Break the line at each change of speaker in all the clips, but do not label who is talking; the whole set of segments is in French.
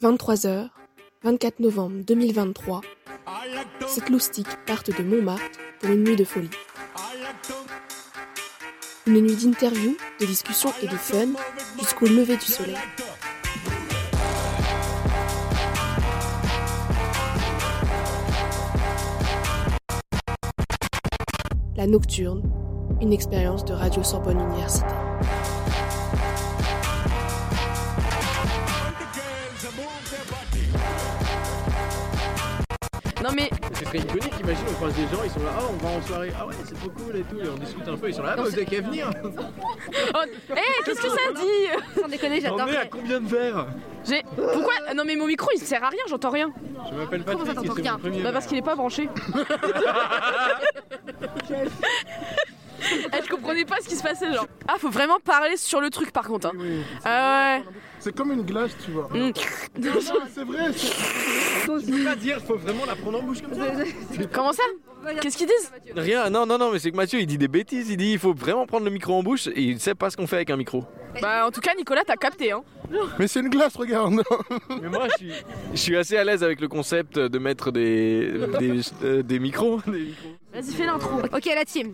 23h, 24 novembre 2023, cette loustique partent de Montmartre pour une nuit de folie. Une nuit d'interviews, de discussions et de fun jusqu'au lever du soleil. La Nocturne, une expérience de Radio Sorbonne Université.
Non mais
C'est très iconique, imagine, on croise des gens, ils sont là, oh on va en soirée, ah ouais c'est trop cool et tout, et on discute un peu, ils sont là, ah, bah, vous avez qu'à venir
Eh, qu'est-ce que ça dit
Sans déconner,
On est à combien de verres
J'ai pourquoi Non mais mon micro il sert à rien, j'entends rien.
Je m'appelle
Comment ça
Patrick, et
t'entends
c'est
bien
mon premier
Bah parce qu'il est pas branché. Eh, je comprenais pas ce qui se passait genre. Ah faut vraiment parler sur le truc par contre. Hein.
Oui,
Ah
C'est comme une glace, tu vois.
ouais. Mm.
C'est vrai, c'est-
verre. Tu peux pas dire, faut vraiment la prendre en bouche comme ça
Comment ça Qu'est-ce qu'ils disent
Rien, non, non, non, mais c'est que Mathieu il dit des bêtises, il dit il faut vraiment prendre le micro en bouche et il sait pas ce qu'on fait avec un micro.
Bah en tout cas Nicolas t'as capté hein.
mais c'est une glace, regarde.
Mais moi je suis...
Je suis assez à l'aise avec le concept de mettre des, des, euh, des micros. des micros.
Vas-y fais l'intro.
Ok, la team.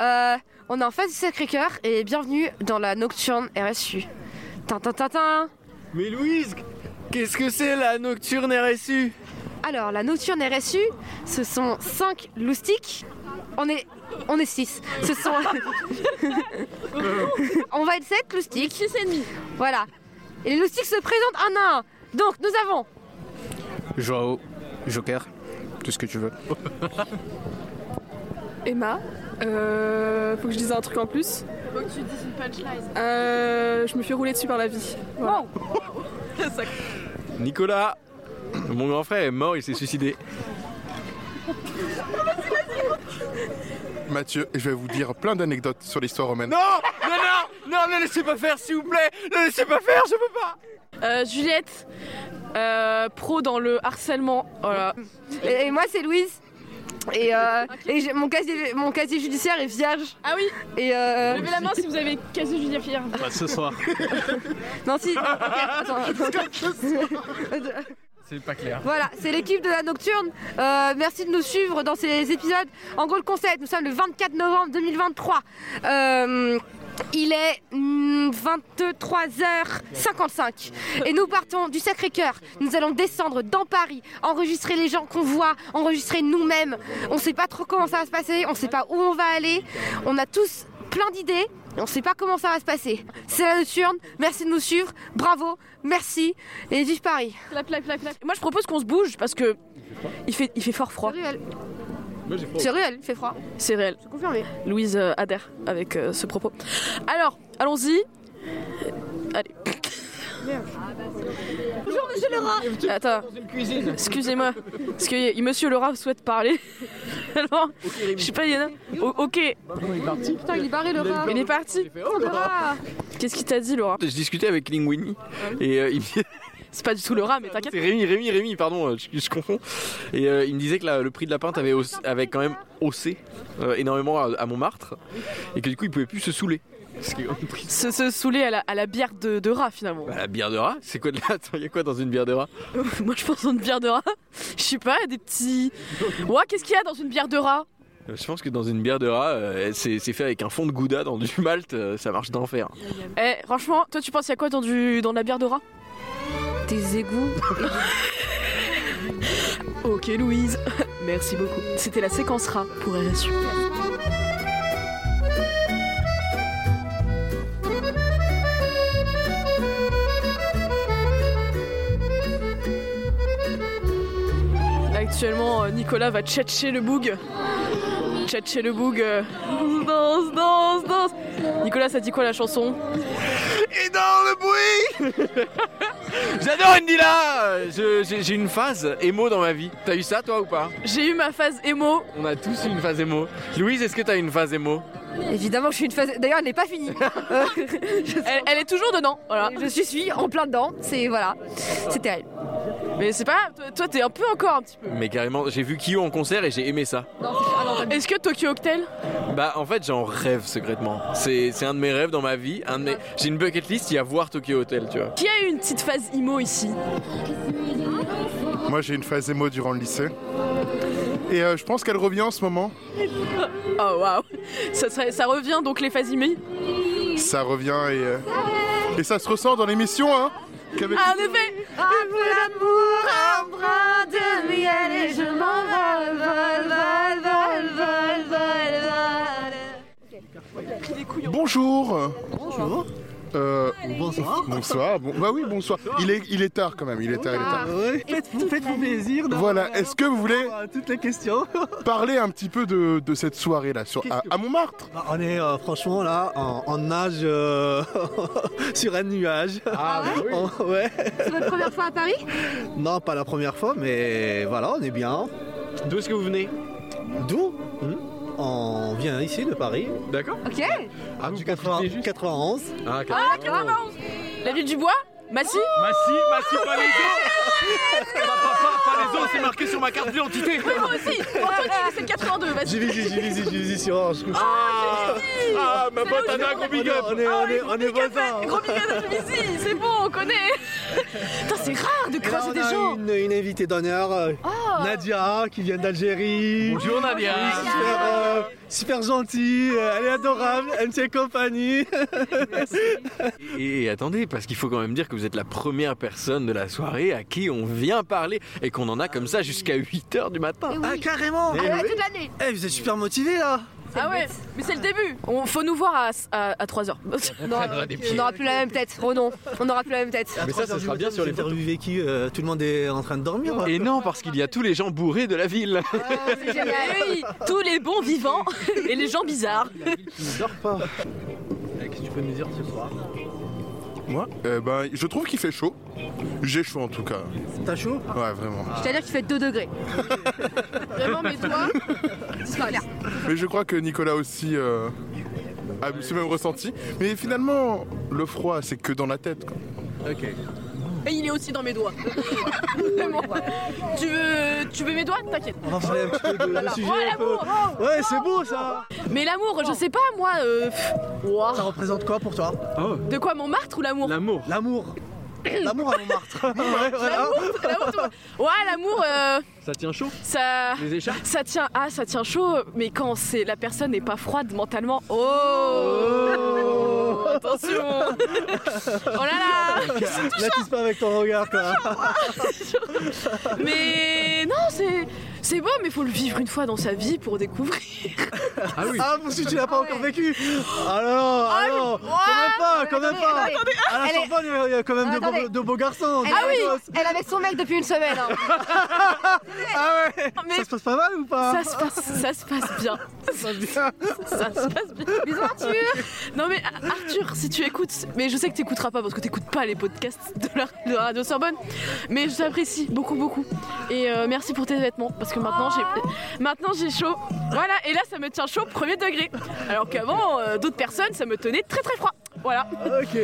Euh, on est en face du Sacré-Cœur et bienvenue dans la nocturne RSU. Tintintintin
Mais Louise
Qu'est-ce que c'est la nocturne RSU
Alors, la nocturne RSU, ce sont 5 loustiques. On est. On est 6. Ce sont. on va être 7 loustiques. 6 et demi. Voilà. Et les loustiques se présentent un à un. Donc, nous avons
Joao, Joker, tout ce que tu veux.
Emma, euh, faut que je dise un truc en plus. Faut que tu dises une punchline. Euh, je me fais rouler dessus par la vie. Voilà.
Oh.
Nicolas Mon grand frère est mort, il s'est suicidé.
Mathieu, je vais vous dire plein d'anecdotes sur l'histoire romaine.
Non Non, non Non, ne laissez pas faire s'il vous plaît Ne laissez pas faire, je peux pas
Euh, Juliette euh, pro dans le harcèlement. Oh Voilà.
Et, et moi, c'est Louise. Et, euh, et j'ai- mon, casier, mon casier judiciaire est vierge.
Ah oui,
Et euh,
levez la main si vous avez cassé Juliette hier.
Ce soir.
non, si. ok, attends, attends.
C'est pas
Hein.
clair.
voilà, c'est l'équipe de la Nocturne. Euh, merci de nous suivre dans ces épisodes. En gros, le concept, nous sommes le 24 novembre 2023. Euh, il est hmm, 23h55 et nous partons du Sacré-Cœur. Nous allons descendre dans Paris, enregistrer les gens qu'on voit, enregistrer nous-mêmes. On sait pas trop comment ça va se passer, on sait pas où on va aller. On a tous plein d'idées, et on sait pas comment ça va se passer. C'est la nocturne, merci de nous suivre, bravo, merci et vive Paris.
Moi je propose qu'on se bouge parce que il fait, il fait fort froid.
C'est ruel,
Moi j'ai froid.
c'est ruel, il fait froid,
C'est réel.
c'est confirmé.
Louise euh, adhère avec euh, ce propos. Alors, allons-y. Allez. Bonjour Monsieur Laura Attends,
Dans une cuisine
excusez-moi, parce que y- Monsieur Laura souhaite parler. Alors, je sais pas, il y en a... O- ok,
Putain, il est barré le rat.
il est parti. Qu'est-ce qu'il t'a dit Laura
Je discutais avec Lingwini et euh, il me dit-
C'est pas du tout Laura, mais
C'est
t'inquiète.
Rémi, Rémi, Rémi, pardon, euh, je, je confonds. Et euh, il me disait que la- le prix de la pinte avait, hauss- avait quand même haussé euh, énormément à, à Montmartre et que du coup il pouvait plus se saouler. Parce que,
Se, se saouler à la, à la bière de, de rat finalement.
bah, la bière de rat, c'est quoi de la... Attends, il y a quoi dans une bière de rat
Moi je pense à une bière de rat. Je sais pas, des petits. Ouah, qu'est-ce qu'il y a dans une bière de rat
Euh, Je pense que dans une bière de rat, euh, c'est c'est fait avec un fond de gouda dans du malt, euh, ça marche d'enfer.
Eh, franchement, toi tu penses à quoi dans, du, dans la bière de rat
Tes égouts.
Ok Louise, merci beaucoup. C'était la séquence rat pour RSU. Actuellement, euh, Nicolas va tchatcher le boug. Tchatcher le boug. euh, Danse, danse, danse. Nicolas, ça dit quoi la chanson
Et dans le bruit J'adore Indila Je- J'ai j'ai une phase émo dans ma vie. T'as eu ça toi ou pas
J'ai eu ma phase émo.
On a tous eu une phase émo. Louise, est-ce que t'as eu une phase émo
Évidemment, je suis une phase. D'ailleurs, elle n'est pas finie.
Elle, elle est toujours dedans, voilà.
je suis, suis en plein dedans. C'est voilà, c'est terrible.
Mais c'est pas grave, toi- toi t'es un peu encore un petit peu.
Mais carrément, j'ai vu Kyo en concert et j'ai aimé ça.
Est-ce que Tokyo Hotel
Bah, en fait, j'en rêve secrètement. C'est c'est un de mes rêves dans ma vie. Un de mes... J'ai une bucket list, il y a voir Tokyo Hotel, tu vois.
Qui a eu une petite phase emo ici
Moi, j'ai une phase émo durant le lycée. Et euh, je pense qu'elle revient en ce moment.
Oh waouh ça, serait- ça revient donc les phases emo
Ça revient et. euh, Et ça se ressent dans l'émission, hein qu'avec-
Ah, en effet
Un peu d'amour, un brin de miel et je m'envole, vol, vol, vol, vol, vol,
Bonjour Euh, bonsoir. Bonsoir. Bon, bah oui, bonsoir. Il est, il est tard quand même. Il est tard. Il est tard.
Faites-vous plaisir. non
Voilà. Est-ce que vous voulez
Euh, Toutes les questions.
parler un petit peu de, de cette soirée là sur à, à Montmartre
Bah, on est euh, franchement là en, en nage euh, sur un nuage.
Ah, bah oui.
On- ouais.
C'est votre première fois à Paris
Non, pas la première fois, mais voilà, on est bien.
D'où est-ce que vous venez
D'où Hmm On vient ici de Paris.
D'accord
Ok.
Ah, du 80 91.
Ah,
Ah, 91 La ville du bois Massy
Oh,
Massi, Massi, bah, pas les os Pas, pas, pas, pas les os, c'est marqué sur ma carte d'identité
Oui, moi aussi Anthony, c'est le 82, vas-y
J'ai visé, j'ai visé, j'ai visé sur Orange.
Ah, ma pote Anna, gros big up
on est, on est, on est voisins.
Gros big up à Massy, c'est bon, on connaît Putain, c'est rare de
Et là,
croiser
on
des
a
gens
une, une invitée d'honneur, euh, Nadia, qui vient d'Algérie.
Bonjour Nadia
Super, euh, super gentille, euh, elle est adorable, elle me tient compagnie.
Et, et attendez, parce qu'il faut quand même dire que vous êtes la première personne de la soirée à qui on vient parler et qu'on en a comme ça jusqu'à 8h du matin.
Ah, carrément
Ah, ouais, toute l'année.
Eh, vous êtes super motivés là
Ah ouais, mais c'est le début On, Faut nous voir à, à, 3h.
Non, on n'aura plus la même tête. Oh non, on n'aura plus la même tête.
Mais ça, ça sera bien sur les photos.
interviews qui euh, tout le monde est en train de dormir.
Et non, parce qu'il y a tous les gens bourrés de la ville.
C'est génial.
Eh oui, tous les bons vivants et les gens bizarres.
Qu'est-ce que tu peux nous dire ce soir
Moi euh, Ben, je trouve qu'il fait chaud. J'ai chaud en tout cas.
T'as chaud
Ouais, vraiment.
C'est-à-dire qu'il fait 2 degrés.
Vraiment, mais toi
C'est clair.
Mais je crois que Nicolas aussi euh, a ce même ressenti. Mais finalement, le froid, c'est que dans la tête. quoi.
Et il est aussi dans mes doigts. Vraiment. Tu veux, tu veux mes doigts T'inquiète.
On va parler un petit peu de, de sujet.
Oh,
un peu. Ouais, c'est beau ça
Mais l'amour, je sais pas moi. euh, pff,
Ça représente quoi pour toi
de quoi Montmartre ou l'amour
L'amour.
L'amour L'amour à Montmartre Ouais, voilà.
L'amour, toi. Ouais, l'amour, euh,
Ça tient chaud
ça,
Les écharpes
ça tient, ah, ça tient chaud. Mais quand c'est la personne n'est pas froide mentalement, oh, attention. oh
Ah.
là là.
N'attise pas avec ton regard quoi
Mais non, c'est, c'est beau, mais faut le vivre une fois dans sa vie pour découvrir.
Ah oui Ah, si tu l'as pas encore vécu Ah non, ah non Quand même pas, quand même pas
attendez,
À la
Elle est-
Sorbonne, il y a quand même de
Attendez.
beaux, de beaux garçons de
Ah
Elle,
beaux gosses.
elle avec son mec depuis une semaine. hein.
Ah ouais
Mais
Ça se passe pas mal ou pas
ça se passe, ça se passe bien. Ça se passe bien.
Bisous Arthur.
Non mais Ar- Arthur, si tu écoutes, mais je sais que t'écouteras pas parce que t'écoutes pas les podcasts de la, de la radio Sorbonne, mais je t'apprécie beaucoup beaucoup. Et euh, merci pour tes vêtements parce que maintenant j'ai, maintenant j'ai chaud. Voilà et là ça me tient chaud premier degré. Alors qu'avant euh, d'autres personnes ça me tenait très très froid. Voilà.
Ah, Ok,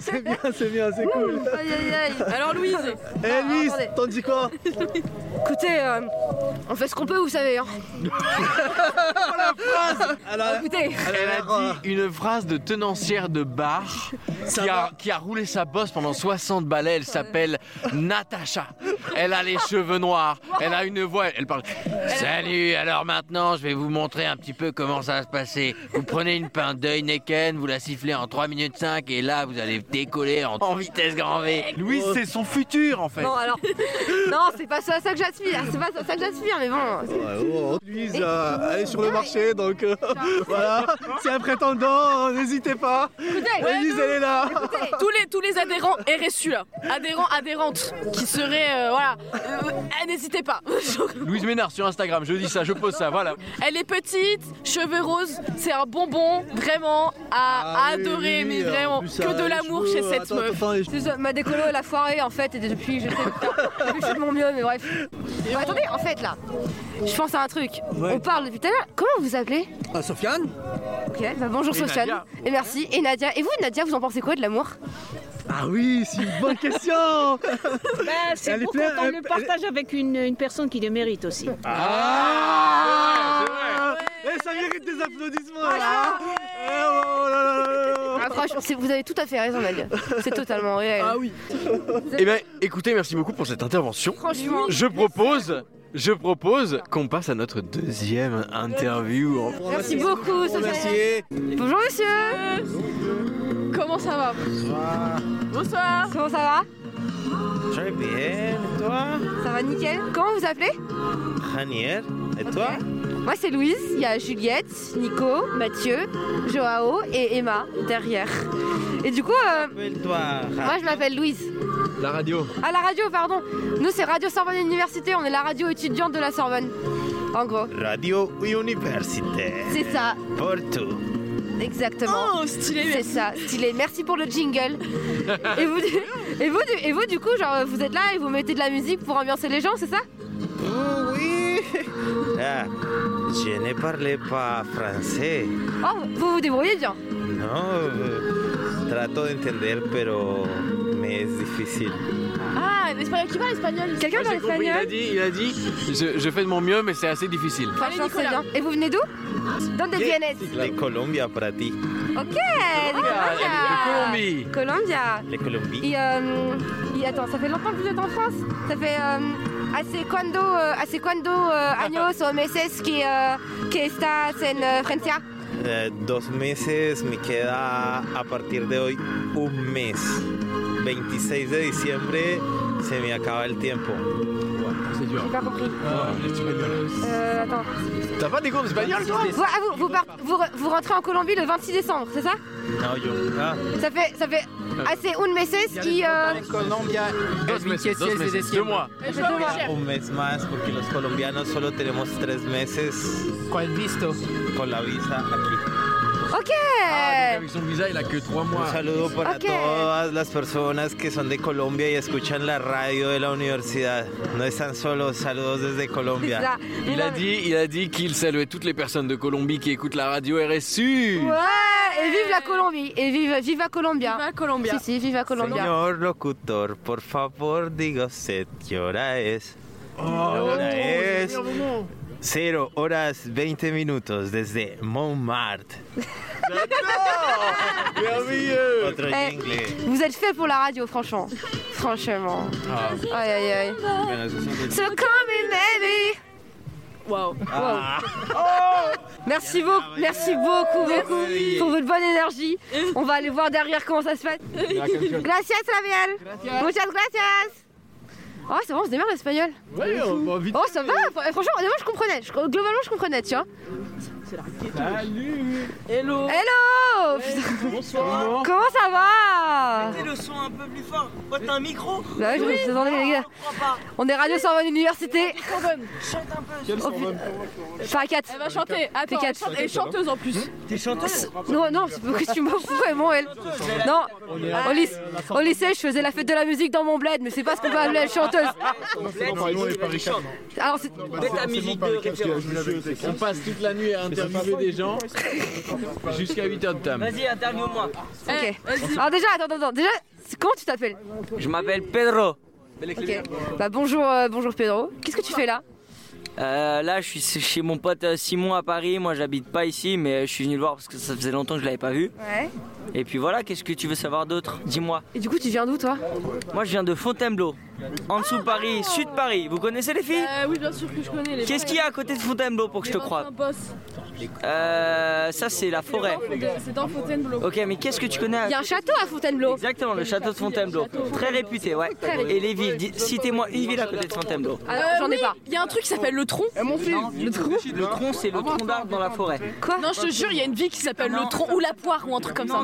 c'est bien, c'est bien, c'est cool.
Aïe aïe aïe.
Alors Louise,
Eh
Ah,
Elvis,
Ah, attendez.
t'en dis quoi
Écoutez, euh, on fait ce qu'on peut, vous savez. hein.
elle a,
Écoutez,
elle a
Elle a
l'air, euh,
dit une phrase de tenancière de bar qui a, qui a roulé sa bosse pendant 60 balais. Elle s'appelle Natacha. Elle a les cheveux noirs. Elle a une voix. Elle parle. Salut, alors maintenant, je vais vous montrer un petit peu comment ça va se passer. Vous prenez une pinte d'Heineken, vous la sifflez en 3 minutes 5 et là, vous allez décoller en, en vitesse grand V. Louise, c'est son futur en fait.
non alors, non c'est pas ça, ça que j'aspire, c'est pas ça, ça que j'aspire, mais bon.
ouais, oh, Louise, euh, elle est sur le marché, donc euh, voilà. C'est un prétendant, euh, n'hésitez pas.
Écoutez,
Elise, elle est là.
écoutez,
tous les tous les adhérents RSU là, adhérents adhérentes qui seraient euh, voilà, euh, ah, n'hésitez pas.
Louise Ménard sur Instagram, je dis ça, je pose ça, voilà.
Elle est petite, cheveux roses, c'est un bonbon vraiment à
Ah oui,
adorer,
oui,
mais
oui, en
vraiment
plus,
que
euh,
de
les
l'amour
cheveux,
chez cette
attends,
meuf.
attends, les cheveux.
excuse, ma décolo elle a foiré en fait et depuis je sais plus je fais de mon mieux mais bref. Bon, attendez, en fait là, je pense à un truc.
Ouais.
On parle depuis tout à l'heure. Comment vous vous appelez
Ah, Sofiane
Ok, bah bonjour
Et
Sofiane.
Nadia.
Et merci. Et Nadia. Et vous, Nadia, vous en pensez quoi de l'amour
Ah oui, c'est une bonne question
Bah, c'est
Elle est
beau
pleine-
quand on
elle-
le partage avec une, une personne qui le mérite aussi.
Ah Eh, ça mérite des applaudissements là Eh, oh là là là là.
Ah, franchement, c'est- vous avez tout à fait raison, Nadia. C'est totalement réel.
Ah oui
Eh bien, écoutez, merci beaucoup pour cette intervention.
Franchement.
Je propose, je propose qu'on passe à notre deuxième interview.
Merci beaucoup, Sofiane.
Merci
Bonjour, monsieur.
Comment ça va
Ah.
Bonsoir
Comment ça va
Très bien, ah? et toi
Ça va nickel. Comment vous appelez
Ranier, et toi
Moi, c'est Louise. Il y a Juliette, Nico, Mathieu, Joao et Emma derrière. Et du coup, euh,
Appelle-toi
moi, je m'appelle Louise.
La radio.
Ah, la radio, pardon. Nous, c'est Radio Sorbonne Université. On est la radio étudiante de la Sorbonne. En gros.
Radio Université.
C'est ça,
Pour tout.
exactement.
Oh, stylé
C'est ça, stylé. Merci pour le jingle. Et vous, et vous, et vous, du coup, genre, vous êtes là et vous mettez de la musique pour ambiancer les gens, c'est ça
Oh oui Ah, Je ne parle pas français.
Oh, vous vous débrouillez bien.
Non, euh, trato de entender, pero me es difficile.
Ah, l'espagnol, qui parle espagnol
Quelqu'un parle
il a
espagnol
dit, il a dit, je, je fais de mon mieux, mais c'est assez difficile.
Franchement,
Allez,
c'est
Nicolas.
bien. Et vous venez d'où Dans des DNS.
De Colombia para ti.
Ok,
Ah,
de Colombia.
Colombie.
Ah, Colombia.
La Colombie.
Et, euh, et attends, ça fait longtemps que vous êtes en France Ça fait euh, hace cuando, euh, hace cuando euh, años o meses que, euh, que estás en euh, Francia
Eh, dos meses me queda a partir de hoy un mes. 26 de diciembre se me acaba el tiempo.
C'est dur.
J'ai pas compris.
l'espagnol.
Euh, attends.
T'as pas des cours d'espagnol, toi
Vous, ah, vous, vous, part- vous re- vous rentrez en Colombie le 26 décembre, c'est ça
No, yo. Ah,
Ça fait, ça fait
Euh.
assez un meses y... euh,
Colombia
Dos meses, dos meses, deux mois.
un mes más porque los colombianos solo tenemos tres meses con la visa aquí.
Ok
Ah, donc avec son visa, il a que trois mois.
Un saludo para
Ok.
todas las personas que son de Colombia y escuchan la radio de la universidad. No están solos, saludos desde
C'est
Colombia.
ça.
Il a dit, il a dit qu'il saluait toutes les personnes de Colombie qui écoutent la radio RSU.
Ouais Et vive la Colombie Et vive, viva Colombia
Viva Colombia
Si, si, viva Colombia
Señor locutor, por favor, diga usted qué hora es. la hora es 0 horas 20 minutos desde Montmartre. Otro
Eh.
jingle.
Vous êtes fait pour la radio, franchement. Franchement.
Ah.
Aïe, aïe, aïe. So call me baby.
Wow
Ah. Oh.
Merci beaucoup, merci beaucoup, beaucoup pour votre bonne énergie. On va aller voir derrière comment ça se passe. Gracias, Rabiel. Muchas gracias. Oh, c'est bon, on se démarre l'espagnol.
Ouais, on va vite.
Oh, ça va. fr- Franchement, moi, je comprenais. Je- globalement, je comprenais, tu vois.
Salut
Hello
Hello Putain,
Bonsoir
Comment ça va
le son un peu plus fort. Oh, t'as un micro
Bah ouais, je me suis demandé, les gars. On est Radio Sorbonne Université. Oh, putain. Enfin, quatre.
Elle va chanter, attends,
T'es
elle
quatre.
chante- elle est chanteuse en
hein.
plus
T'es chanteuse
Non, non, c'est parce que tu m'en fous vraiment, elle. Non, au, lyc- au lycée, je faisais la fête de la musique dans mon bled, mais c'est pas ce qu'on va appeler être chanteuse. Alors, c'est-
ta musique de référence.
On passe toute la nuit à interviewer des gens jusqu'à 8 heures de tam.
Vas-y, interview-moi.
ok.
Eh,
Alors, déjà, attends, attends, déjà, c'est- comment tu t'appelles
Je m'appelle Pedro.
Ok. Bah, bonjour, euh, bonjour Pedro. Qu'est-ce que tu fais là
Euh, là, je suis chez mon pote euh, Simon à Paris. Moi, j'habite pas ici, mais euh, je suis venu le voir parce que ça faisait longtemps que je l'avais pas vu.
Ouais.
Et puis voilà, qu'est-ce que tu veux savoir d'autre Dis-moi.
Et du coup, tu viens d'où, toi
Moi, je viens de Fontainebleau, en dessous de Paris, sud de Paris. Vous connaissez les filles
Euh, Oui bien sûr que je connais les
Qu'est-ce qu'il y a à côté de Fontainebleau pour que je te croie Euh, ça, c'est la forêt.
C'est dans Fontainebleau Euh,
Ok, mais qu'est-ce que tu connais à-
Il y a un château à Fontainebleau.
Exactement, le château de Fontainebleau. Très réputé, ouais. Et les villes, dis- citez-moi une ville à côté de Fontainebleau.
Ah
Euh,
non, j'en ai pas.
Il y a un truc qui s'appelle le tronc
Eh,
Le tronc Le tronc, c'est le tronc d'arbre dans la forêt.
Non je te jure il y a une ville qui s'appelle le tronc ou la poire ou un truc comme ça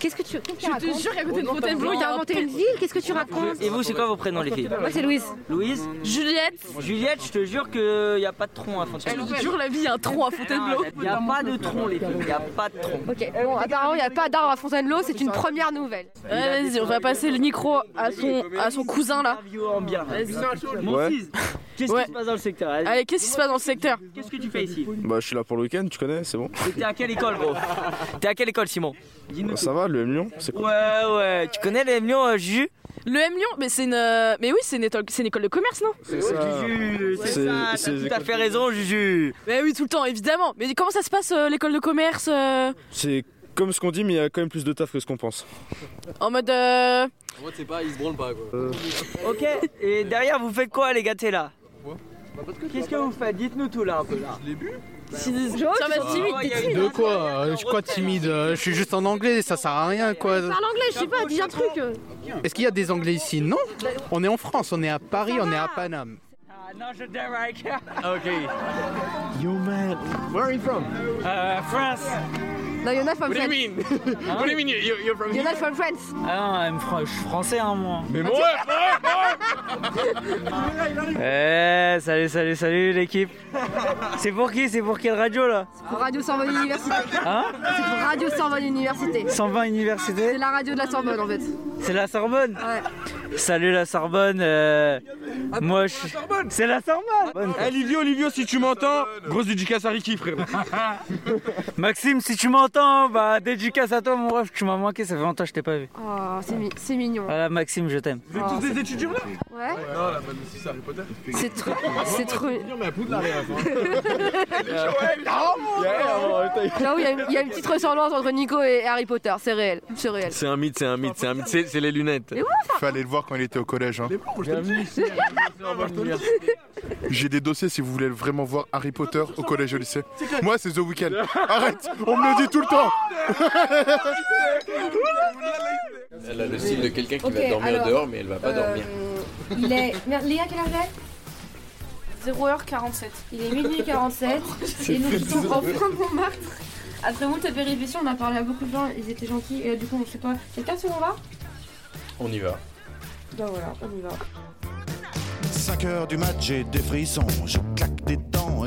Qu'est-ce que tu.
Je te jure qu'à côté de Fontainebleau il y
T'as
a un
inventé
truc
une ville Qu'est-ce que tu racontes
Et vous, c'est quoi vos prénoms, les filles
Moi, c'est Louise.
Louise
Juliette
Juliette, je te jure qu'il n'y a pas de tronc
hein,
à Fontainebleau.
Je te jure la vie hein, il y a un tronc à Fontainebleau
Il n'y a pas de tronc, les filles. Il n'y a pas de tronc.
Ok,
euh,
bon, apparemment, il n'y a pas d'arbre à Fontainebleau, c'est une première nouvelle.
Ouais, Ah. vas-y, on va passer le micro à son, à son cousin là.
Interview en bien.
Vas-y.
Mon fils,
Qu'est-ce qui se passe dans le secteur Allez,
Allez, qu'est-ce qui se passe dans le secteur
Qu'est-ce que tu fais ici
Bah, je suis là pour le week-end, tu connais, c'est bon.
Et T'es à quelle école, gros T'es à quelle école, Simon
Ça va, le M Lyon C'est
Ouais, ouais. Tu connais le M Lyon, euh, Juju
Le M Lyon, mais c'est une, euh, mais oui, c'est une école, c'est une école de commerce, non
C'est ça.
Juju,
C'est-
c'est ça.
c'est
T'as
les
tout à
écoles
fait raison, Juju.
Mais oui, tout le temps, évidemment. Mais comment ça se passe euh, l'école de commerce euh,
C'est comme ce qu'on dit, mais il y a quand même plus de taf que ce qu'on pense.
en mode euh,
En mode, c'est pas, ils se branlent pas quoi.
Ok. Et derrière, vous faites quoi, les gars, t'es là
tu
Qu'est-ce que vous faites Dites-nous tout là, un peu là.
Tiens, bah, timide, t'es timide.
Hein.
De quoi euh, Quoi timide euh, Je suis juste en anglais, ça sert à rien quoi.
Parle anglais, je sais pas, dis un truc.
Est-ce qu'il y a des anglais ici Non On est en France, on est à Paris, on est à Paname.
Ah, non, je déraille.
Okay.
Yo man, where are you from?
Euh,
Uh, France.
Non, y'en a from
What do you
France.
mean? What do you mean you- you- you're from
Y'en a
here?
from France.
Ah non, je suis français, hein, moi.
Mais
moi,
Eh, salut, salut, salut l'équipe. C'est pour qui C'est pour quelle radio là
Pour Radio Sorbonne Université.
Hein
C'est pour Radio Sorbonne Université.
120 Université
C'est la radio de la Sorbonne en fait.
C'est la Sorbonne Ouais. Salut la Sorbonne. euh, moi je. C'est la Sorbonne
Eh,
Livio, Livio, si tu m'entends, grosse dédicace à Ricky, frère. Maxime, si tu m'entends, bah dédicace à toi, mon ref. Tu m'as manqué, ça fait longtemps que je t'ai pas vu.
Oh, c'est mi- c'est mignon.
Voilà, Maxime, je t'aime.
Oh, c'est-
là
Ouais.
Non, la bonne c'est Harry Potter.
C'est trop. C'est trop.
Mais à Poudlard, les refs, hein.
J'avoue, il y, a une- il y a une petite ressemblance entre Nico et Harry Potter, c'est réel, c'est réel.
C'est un mythe, c'est un mythe, c'est un mythe, c'est c'est les lunettes.
Mais ouais,
Fallait le voir quand il était au collège. hein.
enfin-
J'ai des dossiers si vous voulez vraiment voir Harry Potter au collège et au lycée. Moi, c'est The Weeknd. Arrête, on me le dit tout le temps.
Elle a le style de quelqu'un
qui Ok, va dormir alors, dehors, mais
elle va
pas euh, dormir. Il est. Merde, Léa, quelle heure il est 0h47. Il est minuit 47. et nous
faisant.
sommes enfin Montmartre. Après moult péripéties, on a parlé à beaucoup de gens, ils étaient gentils. Et là, du coup, on sait pas. Quelqu'un sait où on va
On y va.
Bah voilà, on y va.
5 heures du match, j'ai des frissons. Je claque des dents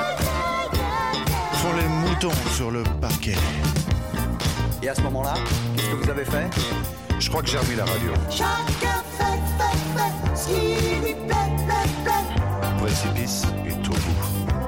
font les moutons sur le parquet. Et à ce moment-là, qu'est-ce que vous avez fait Je crois que j'ai remis la radio.
Chacun fait, fait, fait ce qui lui plaît, plaît, plaît.
Précipice est au bout.